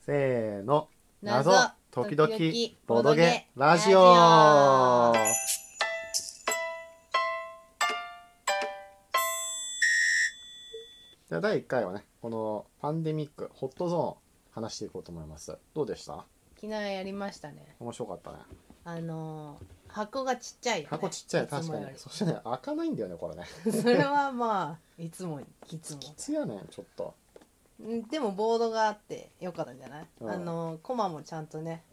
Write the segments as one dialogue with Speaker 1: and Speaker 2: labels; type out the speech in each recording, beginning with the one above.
Speaker 1: せーの
Speaker 2: 謎
Speaker 1: 謎時々
Speaker 2: 時
Speaker 1: ボ
Speaker 2: 々
Speaker 1: ドゲラジ
Speaker 2: ラ
Speaker 1: オ
Speaker 2: ジ
Speaker 1: じゃあ第1回はねこのパンデミックホットゾーン話していこうと思いますどうでした
Speaker 2: 昨日やりましたね
Speaker 1: 面白かったね
Speaker 2: あのー箱がちっちゃいよ、ね、
Speaker 1: 箱ちっちゃい
Speaker 2: つ
Speaker 1: 確
Speaker 2: も
Speaker 1: かに
Speaker 2: より
Speaker 1: そしてね開かないんだよねこれね
Speaker 2: それはまあいつもいつも
Speaker 1: きつやねんちょっと
Speaker 2: んでもボードがあってよかったんじゃない、
Speaker 1: うん
Speaker 2: あのーコマもちゃんとね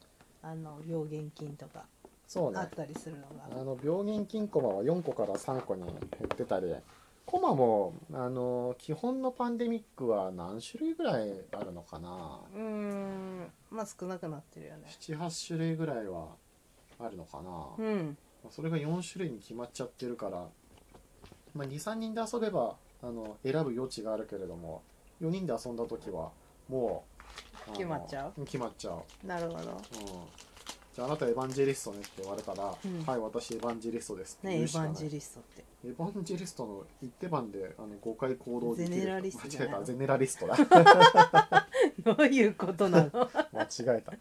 Speaker 2: あの病原菌とか
Speaker 1: そう
Speaker 2: あ
Speaker 1: ね
Speaker 2: ったりするのが、
Speaker 1: あの病原金コマは4個から3個に減ってたりコマもあの基本のパンデミックは何種類ぐらいあるのかな
Speaker 2: うーんまあ少なくなってるよね
Speaker 1: 78種類ぐらいはあるのかな、
Speaker 2: うん
Speaker 1: それが4種類に決まっちゃってるから、まあ、23人で遊べばあの選ぶ余地があるけれども4人で遊んだ時はもうあの
Speaker 2: 決まっちゃ
Speaker 1: うん決まっちゃう、うん、
Speaker 2: なるほど
Speaker 1: じゃああなたエヴァンジェリストねって言われたら、
Speaker 2: うん
Speaker 1: はい私エヴァンジェリストですって
Speaker 2: ねエ
Speaker 1: 言
Speaker 2: ヴ
Speaker 1: うしかな
Speaker 2: ァ
Speaker 1: い
Speaker 2: ンジェリストって
Speaker 1: エヴァンジェリストの一手番であの5回行動できる
Speaker 2: ゼネラリストじゃ
Speaker 1: 間違え
Speaker 2: ないの
Speaker 1: たゼネラリストだ
Speaker 2: どういうことな の
Speaker 1: 間違えた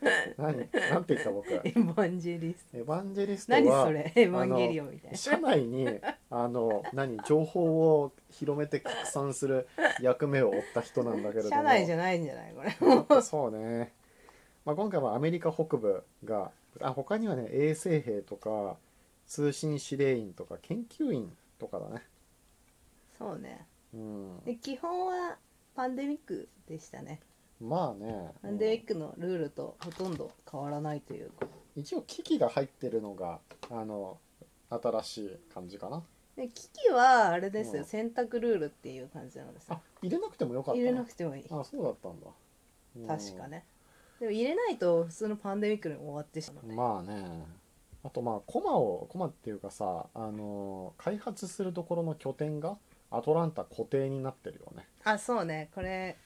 Speaker 1: 何何て言った僕
Speaker 2: エ
Speaker 1: エ
Speaker 2: ヴァンジェリスト
Speaker 1: ヴァンジェリストは
Speaker 2: 何それエヴァンゲリオンみたいな
Speaker 1: 社内にあの何情報を広めて拡散する役目を負った人なんだけれども
Speaker 2: 社内じゃないんじゃないこれ
Speaker 1: やっぱそうね、まあ、今回はアメリカ北部があ他にはね衛生兵とか通信指令員とか研究員とかだね
Speaker 2: そうね
Speaker 1: うん
Speaker 2: で基本はパンデミックでしたね
Speaker 1: まあね
Speaker 2: パンデミックのルールとほとんど変わらないというか
Speaker 1: 一応機器が入ってるのがあの新しい感じかな
Speaker 2: で機器はあれです
Speaker 1: う
Speaker 2: よ
Speaker 1: ん
Speaker 2: 選択ルールっていう感じなのです
Speaker 1: あ入れなくてもよかった
Speaker 2: 入
Speaker 1: ね
Speaker 2: れなくてもいい
Speaker 1: あそうだったんだうん
Speaker 2: 確かねでも入れないと普通のパンデミックに終わってしまうので
Speaker 1: まあねあとまあコマをコマっていうかさあのー開発するところの拠点がアトランタ固定になってるよね
Speaker 2: あそうねこれ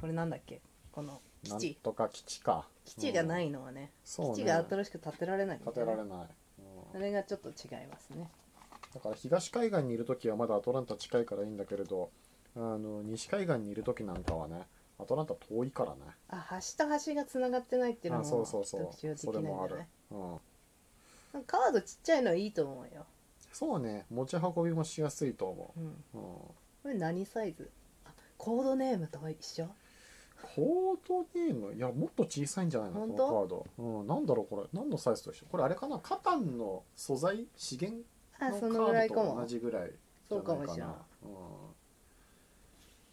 Speaker 2: これなんだっけこの基
Speaker 1: なん
Speaker 2: 地
Speaker 1: とか基地か
Speaker 2: 基地がな
Speaker 1: うん
Speaker 2: いのはね
Speaker 1: そうね
Speaker 2: 基地が新しく建てられないみ
Speaker 1: 建
Speaker 2: た
Speaker 1: て
Speaker 2: いな
Speaker 1: られない、うん
Speaker 2: それがちょっと違いますね
Speaker 1: だから東海岸にいる時はまだアトランタ近いからいいんだけれどあの西海岸にいる時なんかはねアトランタ遠いからね
Speaker 2: あ端と端がつながってないっていうの
Speaker 1: あ
Speaker 2: も
Speaker 1: そうそうそう
Speaker 2: 特徴的
Speaker 1: それ
Speaker 2: なん
Speaker 1: もあ
Speaker 2: じゃ
Speaker 1: る
Speaker 2: ない、
Speaker 1: うん、
Speaker 2: カードちっちゃいのいいと思うよ、
Speaker 1: そうね持ち運びもしやすいと思
Speaker 2: うん、
Speaker 1: う、うん、
Speaker 2: これ何サイズあコードネームと一緒
Speaker 1: コードネームいやもっと小さいんじゃないのこ
Speaker 2: 本
Speaker 1: の
Speaker 2: 当
Speaker 1: カード、うん、なんだろうこれ何のサイズと一緒これあれかなカタンの素材資源
Speaker 2: あ
Speaker 1: のカ
Speaker 2: そのぐら
Speaker 1: ー
Speaker 2: い
Speaker 1: ド
Speaker 2: か
Speaker 1: と同
Speaker 2: も
Speaker 1: じぐらいじゃ
Speaker 2: そうか
Speaker 1: ない
Speaker 2: も
Speaker 1: か
Speaker 2: しれない
Speaker 1: な、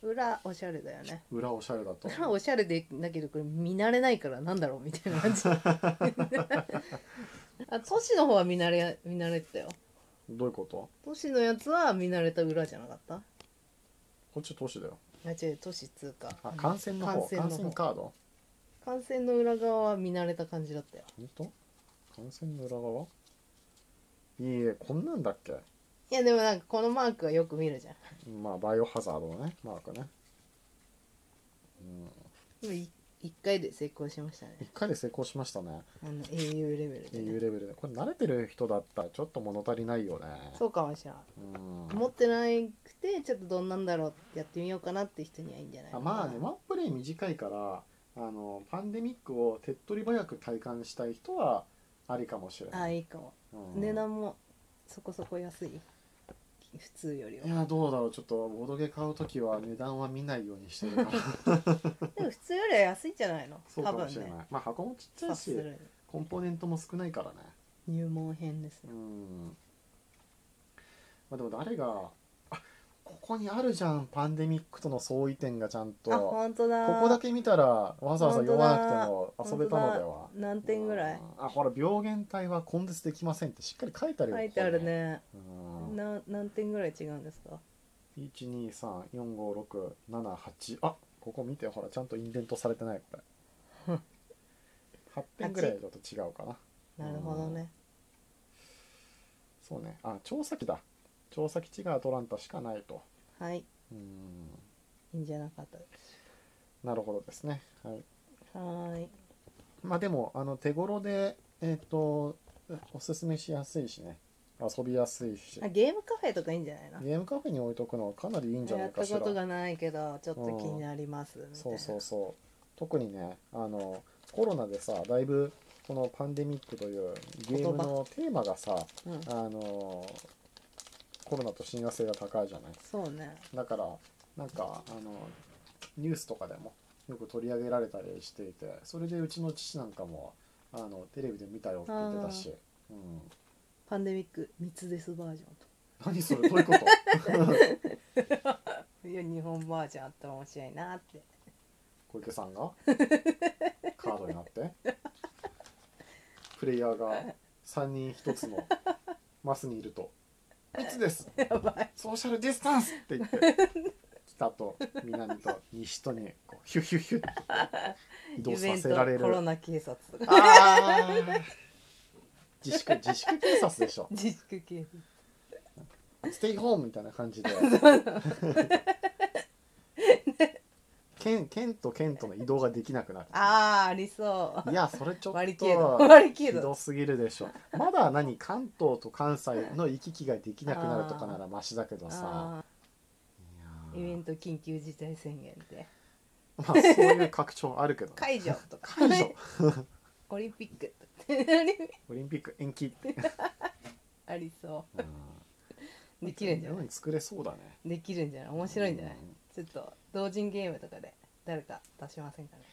Speaker 2: 裏おしゃれだよね
Speaker 1: うん、裏おしゃれだと
Speaker 2: 裏おしゃれでだけどこれ見慣れないからなんだろうみたい な感じあ都市の方は見慣れ見慣れてたよ
Speaker 1: どういうこと
Speaker 2: 都市のやつは見慣れた裏じゃなかった
Speaker 1: こっち都市だよ
Speaker 2: あ違う都市通貨
Speaker 1: あ感染の方感
Speaker 2: 感染
Speaker 1: 染
Speaker 2: の方
Speaker 1: カード
Speaker 2: 感染の裏側は見慣れた感じだったよ
Speaker 1: 本当感染の裏側いいえこんなんだっけ
Speaker 2: いやでもなんかこのマークはよく見るじゃん
Speaker 1: まあバイオハザードのねマークね、うん、
Speaker 2: でもい一回で成功しましたね
Speaker 1: 一回で成功しましたね
Speaker 2: あの英雄レベル
Speaker 1: って
Speaker 2: で、
Speaker 1: いう
Speaker 2: ね、
Speaker 1: レベルでこれ慣れてる人だったらちょっと物足りないよね
Speaker 2: そうかもしれない
Speaker 1: うん
Speaker 2: 持ってなくてちょっとどんなんだろうってやってみようかなって人にはいいんじゃない
Speaker 1: あ
Speaker 2: のかな
Speaker 1: まあねワンプレイ短いからあのパンデミックを手っ取り早く体感したい人はありかもしれ
Speaker 2: あ
Speaker 1: ない、
Speaker 2: いいかも
Speaker 1: うん
Speaker 2: 値段もそこそこ安い普通よりはい
Speaker 1: やどうだろうちょっとボードゲ買う時は値段は見ないようにして るから
Speaker 2: でも普通よりは安いんじゃないの
Speaker 1: そう
Speaker 2: 多
Speaker 1: かも
Speaker 2: 分
Speaker 1: しれない、
Speaker 2: ね
Speaker 1: まあ箱もちっちゃい
Speaker 2: 察す
Speaker 1: し
Speaker 2: る
Speaker 1: コンポーネントも少ないからね
Speaker 2: 入門編です
Speaker 1: う
Speaker 2: ね
Speaker 1: んまあでも誰があここにあるじゃんパンデミックとの相違点がちゃんと
Speaker 2: あ本当だ
Speaker 1: ここだけ見たらわざわざ読まなくても遊べたのでは
Speaker 2: 本当だ何点ぐらい
Speaker 1: うんあほら病原体は根絶できませんってしっかり書いてあるよ
Speaker 2: 書いてある
Speaker 1: こ
Speaker 2: ね
Speaker 1: こにうん
Speaker 2: な何点ぐらい違うんですか
Speaker 1: 12345678あここ見てほらちゃんとインデントされてないこ れ8点ぐらいちょっと違うかな
Speaker 2: なるほどね
Speaker 1: そうねあ調査機だ調査基地がアトランタしかないと
Speaker 2: はいい
Speaker 1: うん
Speaker 2: いんじゃなかったです
Speaker 1: なるほどですねはい
Speaker 2: はーい
Speaker 1: まあでもあの手頃でえっ、とおすすめしやすいしね遊びやすいし
Speaker 2: あゲームカフェとかいいんじゃないの
Speaker 1: ゲームカフェに置いとくのはかなりいいんじゃな
Speaker 2: や
Speaker 1: い
Speaker 2: っ
Speaker 1: か
Speaker 2: た
Speaker 1: しら
Speaker 2: ことがないけどちょっと気になりますみたい
Speaker 1: そう
Speaker 2: な
Speaker 1: そうそう特にねあのコロナでさだいぶこのパンデミックというゲームのテーマがさ
Speaker 2: うん、
Speaker 1: あのコロナと親和性が高いじゃない
Speaker 2: そうね
Speaker 1: だからなんかあのニュースとかでもよく取り上げられたりしていてそれでうちの父なんかもあのテレビで見たよって言ってたし、うん、
Speaker 2: パンデミック密ですバージョン
Speaker 1: 何それどう いうこと
Speaker 2: といや日本バージョンあったら面白いなって
Speaker 1: 小池さんがカードになってプレイヤーが3人1つのマスにいると「いつです
Speaker 2: やばい
Speaker 1: ソーシャルディスタンス!」って言って北と南と西とにこうヒュッヒュッヒュッって 移動させられ
Speaker 2: イベントコロ
Speaker 1: る
Speaker 2: ナ警察とか
Speaker 1: あー自粛自粛警察でしょ
Speaker 2: 自 粛警
Speaker 1: ステイホームみたいな感じで県県と県との移動ができなくなる
Speaker 2: ああありそ
Speaker 1: いやそれちょっと
Speaker 2: う割り切れど割り切
Speaker 1: ひ
Speaker 2: れ
Speaker 1: ど
Speaker 2: ど
Speaker 1: すぎるでしょまだ何関東と関西の行き来ができなくなるとかならマシだけどさ
Speaker 2: あ
Speaker 1: い
Speaker 2: ーイ
Speaker 1: や
Speaker 2: ベ
Speaker 1: ー
Speaker 2: ント緊急事態宣言 で
Speaker 1: まあそういう拡張あるけどね
Speaker 2: 解除とか
Speaker 1: 解除
Speaker 2: オリンピック
Speaker 1: オリンピック延期
Speaker 2: ありそ
Speaker 1: うん
Speaker 2: うできるんじゃ
Speaker 1: 世
Speaker 2: ない
Speaker 1: に作れそうだね
Speaker 2: できるんじゃない面白いんじゃないちょっと同人ゲームとかで誰か出しませんかね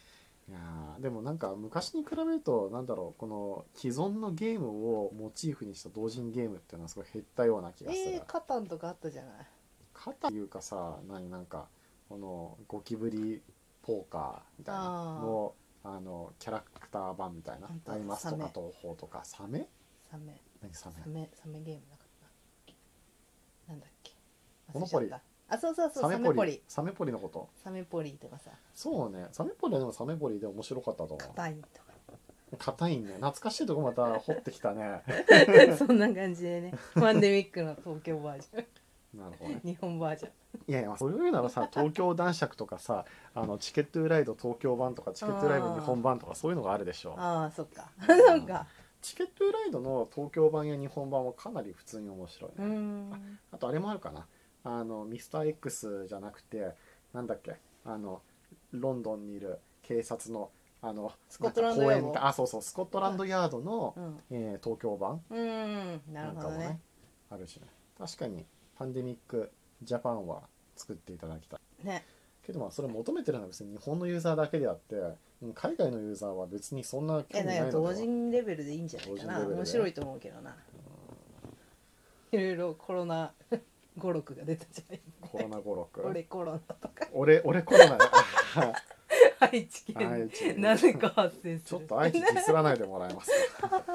Speaker 1: いやーでもなんか昔に比べるとなんだろうこの既存のゲームをモチーフにした同人ゲームっていうのはすごい減ったような気がす
Speaker 2: え
Speaker 1: る
Speaker 2: ー、、カタンとかあったじゃない
Speaker 1: 肩いうかさ何なんかこのゴキブリポーカーみたいなのあのキャラクター版みたいな
Speaker 2: ほんと
Speaker 1: ありますと
Speaker 2: サ
Speaker 1: か
Speaker 2: メ
Speaker 1: 東宝とかサメ
Speaker 2: サメ
Speaker 1: 何サ
Speaker 2: サ
Speaker 1: メ
Speaker 2: メサメゲームなかったなんだっけ
Speaker 1: モノポリ
Speaker 2: 忘れちゃったあそうそうそう
Speaker 1: サ
Speaker 2: サメ
Speaker 1: メ
Speaker 2: ポ
Speaker 1: ポ
Speaker 2: リ
Speaker 1: リサメポリのこと
Speaker 2: サメポリとかさ
Speaker 1: そうねサメポリはでもサメポリで面白かったと思
Speaker 2: 硬いとか
Speaker 1: う硬いんね懐かしいとこまた掘ってきた ね
Speaker 2: そんな感じでねパンデミックの東京バージョ
Speaker 1: なるほどね
Speaker 2: ン日本バージョン
Speaker 1: いやいやそれを言うならさ東京男爵とかさあのチケット・ライド東京版とかチケット・ライド日本版とかそういうのがあるでしょ
Speaker 2: ああそっかそうか
Speaker 1: チケット・ライドの東京版や日本版はかなり普通に面白いね
Speaker 2: うーん
Speaker 1: あとあれもあるかなあのミスター X じゃなくてなんだっけあのロンドンにいる警察のあの
Speaker 2: スコットランド
Speaker 1: なんか
Speaker 2: ヤー
Speaker 1: 公園
Speaker 2: ド
Speaker 1: みたいあそうそうスコットランドヤードの、
Speaker 2: うん
Speaker 1: えー東京版
Speaker 2: うーんな
Speaker 1: な
Speaker 2: る
Speaker 1: ん
Speaker 2: ほ
Speaker 1: か
Speaker 2: ど
Speaker 1: もね
Speaker 2: ね
Speaker 1: あるしね確かにパンデミックジャパンは作っていただきたい
Speaker 2: ね
Speaker 1: けどまあそれ求めてるのは別に日本のユーザーだけであってうん海外のユーザーは別にそんな興
Speaker 2: え
Speaker 1: 味な
Speaker 2: ない
Speaker 1: の
Speaker 2: んか
Speaker 1: では
Speaker 2: 同人レベルでいいんじゃない
Speaker 1: 同
Speaker 2: かな
Speaker 1: 人レベルで
Speaker 2: 面白いと思うけどないろいろコロナ 語録が出たじゃない
Speaker 1: コロナ語録
Speaker 2: 俺コロナとか
Speaker 1: 俺俺コロナね
Speaker 2: 愛 知県
Speaker 1: 愛知
Speaker 2: で
Speaker 1: 県
Speaker 2: なぜか発生す
Speaker 1: ちょ
Speaker 2: る
Speaker 1: っと愛知ディスらないでもらえ ますか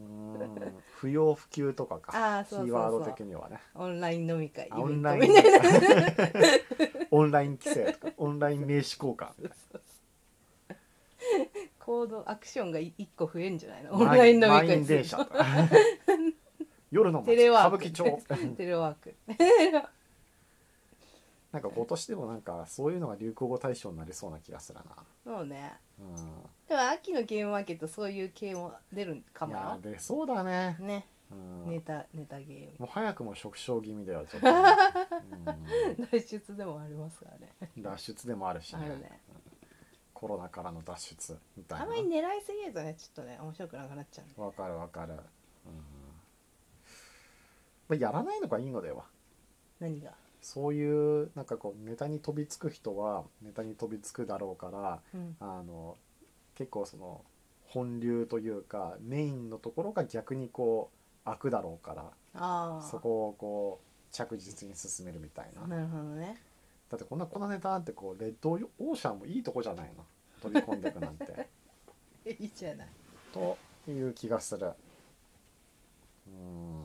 Speaker 1: うーん不要不急とかか
Speaker 2: あーそうそうそう
Speaker 1: キーワード的にはね
Speaker 2: オンライン飲み会
Speaker 1: オンライ
Speaker 2: イベ
Speaker 1: ン
Speaker 2: ントみたいな
Speaker 1: オンライン規制とかオンライン名刺交換みたい
Speaker 2: 行動アクションがい一個増えんじゃないの
Speaker 1: な
Speaker 2: オンライン飲み
Speaker 1: 満
Speaker 2: 会
Speaker 1: 員満員電 車とか夜の街
Speaker 2: テレワ
Speaker 1: 歌
Speaker 2: ー
Speaker 1: 舞
Speaker 2: ク
Speaker 1: 伎町
Speaker 2: テレワーク
Speaker 1: なんか今年でもなんかそういうのが流行語大賞になりそうな気がするな
Speaker 2: そうね
Speaker 1: う
Speaker 2: でも秋のゲームマーケットそういう系も出るか
Speaker 1: んい
Speaker 2: も
Speaker 1: や
Speaker 2: よ
Speaker 1: 出そうだね、
Speaker 2: ね
Speaker 1: うん、
Speaker 2: ネタネタゲ
Speaker 1: もう早くも食傷気味だよちょっと、う
Speaker 2: ーム脱出でもありますからね
Speaker 1: ん脱出でもあるし
Speaker 2: あるね
Speaker 1: コロナからの脱出みたいな
Speaker 2: あんまり狙いすぎるとねちょっとね面白くなくなっちゃうんで
Speaker 1: わかるわかる、うんまあ、やらないのがいいのでは
Speaker 2: 何が
Speaker 1: そういうなんかこうネタに飛びつく人はネタに飛びつくだろうから
Speaker 2: うん
Speaker 1: あの結構その本流というかメインのところが逆にこう開くだろうから
Speaker 2: ああ
Speaker 1: そこをこう着実に進めるみたいな
Speaker 2: なるほどね
Speaker 1: だってこんなこのネタなんてこうレッドオーシャンもいいとこじゃないの飛び込んでいくなん て
Speaker 2: いいじゃない
Speaker 1: という気がするうん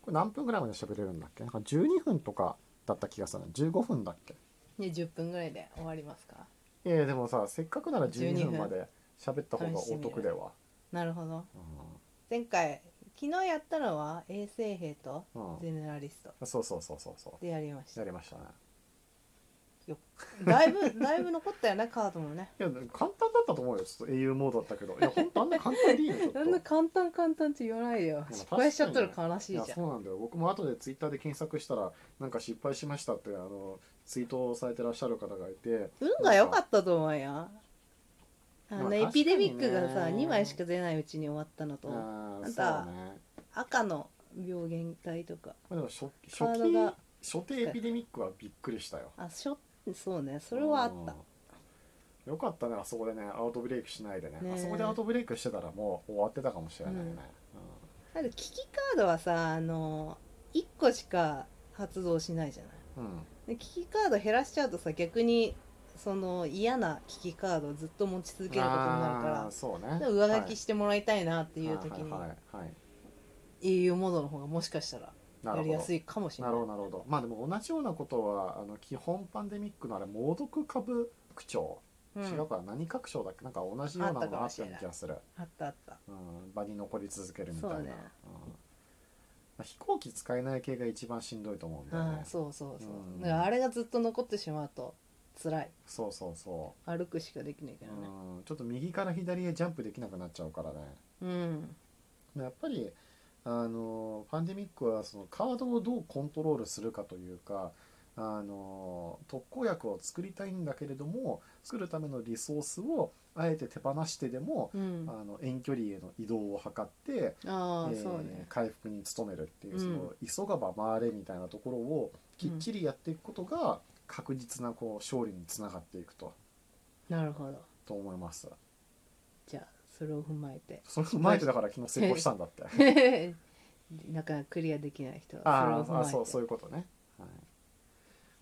Speaker 1: これ何分ぐらいまで喋れるんだっけなんか12分とかだった気がする15分だっけ
Speaker 2: ね10分ぐらいで終わりますか
Speaker 1: いやいやでもさせっかくなら
Speaker 2: 12
Speaker 1: 12
Speaker 2: 分
Speaker 1: 分まで喋った方がお得では
Speaker 2: なるほど
Speaker 1: う
Speaker 2: 前回昨日やったのは衛生兵と
Speaker 1: ん、うん
Speaker 2: ゼネラリスト
Speaker 1: そうそうそうそうそ
Speaker 2: でやりまし
Speaker 1: う
Speaker 2: た
Speaker 1: やりましたね
Speaker 2: よだいぶだいぶ残ったよねカードも ね
Speaker 1: いや簡単だったと思うよちょっと英雄モードだったけどいや本当あんな簡単でいいのちょっ
Speaker 2: あんな
Speaker 1: と。
Speaker 2: 簡単簡単って言わないよ
Speaker 1: まあ
Speaker 2: 失敗しちゃったら悲し
Speaker 1: い
Speaker 2: い
Speaker 1: や
Speaker 2: じゃん
Speaker 1: そうなんだよ僕も後でツイッターで検索したらなんか失敗しましたってあのツイートをされてらっしゃる方がいて
Speaker 2: 運が良かったと思うよあ
Speaker 1: まあ
Speaker 2: のエピデミックが
Speaker 1: 確
Speaker 2: さ
Speaker 1: かにね
Speaker 2: 2枚しか出ないうちに終わったのと
Speaker 1: あー
Speaker 2: なん
Speaker 1: そ
Speaker 2: か
Speaker 1: うね
Speaker 2: 赤の病原体とか
Speaker 1: まあでも初
Speaker 2: カード
Speaker 1: 初
Speaker 2: が
Speaker 1: 期初手エピデミックはびっくりしたよ
Speaker 2: あしょそうねそれはあった
Speaker 1: うんよかったねあそこでねアウトブレイクしないでね
Speaker 2: ねえ
Speaker 1: あそこでアウトブレイクしてたらもう終わってたかもしれないね、
Speaker 2: うんだって危機カードはさあの1個しか発動しないじゃない
Speaker 1: うんうん
Speaker 2: で危機カード減らしちゃうとさ逆にその嫌な危機カードをずっと持ち続けることになる
Speaker 1: あ
Speaker 2: か
Speaker 1: ーそう
Speaker 2: ら
Speaker 1: ね
Speaker 2: で上書きしてもらいたいなっていう時に
Speaker 1: はいはいはいはい
Speaker 2: 英雄モードの方がもしかしたら
Speaker 1: な
Speaker 2: や
Speaker 1: る
Speaker 2: り
Speaker 1: ほ
Speaker 2: や
Speaker 1: ど
Speaker 2: すいかもしれ
Speaker 1: な
Speaker 2: ない
Speaker 1: るほどなるほどまあでも同じようなことはあの基本パンデミックのあれ猛毒株区長、
Speaker 2: うん
Speaker 1: 違うから何拡張だっけなんか同じようなのがあ
Speaker 2: あっ
Speaker 1: った
Speaker 2: かもし
Speaker 1: た
Speaker 2: れ
Speaker 1: よう
Speaker 2: ない
Speaker 1: な気がする、
Speaker 2: あったあった
Speaker 1: うん、場に残り続けるみたいな
Speaker 2: そうね
Speaker 1: うん、飛行機使えない系が一番しんどいと思うんだよ
Speaker 2: あ
Speaker 1: ね
Speaker 2: あそうそうそう、
Speaker 1: うん
Speaker 2: だからあれがずっと残ってしまうと辛い
Speaker 1: そうそうそ
Speaker 2: 歩くしかできないか
Speaker 1: う、
Speaker 2: らね
Speaker 1: うん、ちょっと右から左へジャンプできなくなっちゃうからね
Speaker 2: うん
Speaker 1: やっぱりあのパンデミックはそのカードをどうコントロールするかというかあの特効薬を作りたいんだけれども作るためのリソースをあえて手放してでも、
Speaker 2: うんあ
Speaker 1: あの遠距離への移動を図って、
Speaker 2: あ、
Speaker 1: えー
Speaker 2: そうね
Speaker 1: 回復に努めるっていううんその急がば回れみたいなところをきっちりやっていくことが確実なこう勝利につながっていくと
Speaker 2: なるほど
Speaker 1: と思います。
Speaker 2: じゃあそれを踏まえて
Speaker 1: それを踏まえてだから昨日成功したんだ って。
Speaker 2: なかなかクリアできない人
Speaker 1: あ
Speaker 2: は
Speaker 1: ーあそ
Speaker 2: それを
Speaker 1: うそう
Speaker 2: 踏ま
Speaker 1: いうことね、はい、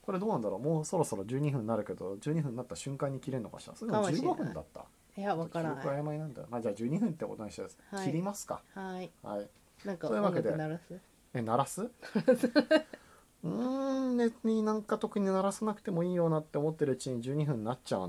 Speaker 1: これどうなんだろうもうそろそろ12分になるけど12分になった瞬間に切れるのかしらそれでも
Speaker 2: かもしれない
Speaker 1: 15分だった
Speaker 2: えていやわから
Speaker 1: 記憶
Speaker 2: ない
Speaker 1: 曖昧なんだまあじゃあ12分ってことにしてです、
Speaker 2: はい
Speaker 1: 切りますか
Speaker 2: はい
Speaker 1: はい
Speaker 2: なんか
Speaker 1: そういうわ
Speaker 2: 音
Speaker 1: けで
Speaker 2: 楽鳴らす
Speaker 1: え鳴ら すうーん別になんか特に鳴らさなくてもいいよなって思ってるうちに12分になっちゃうな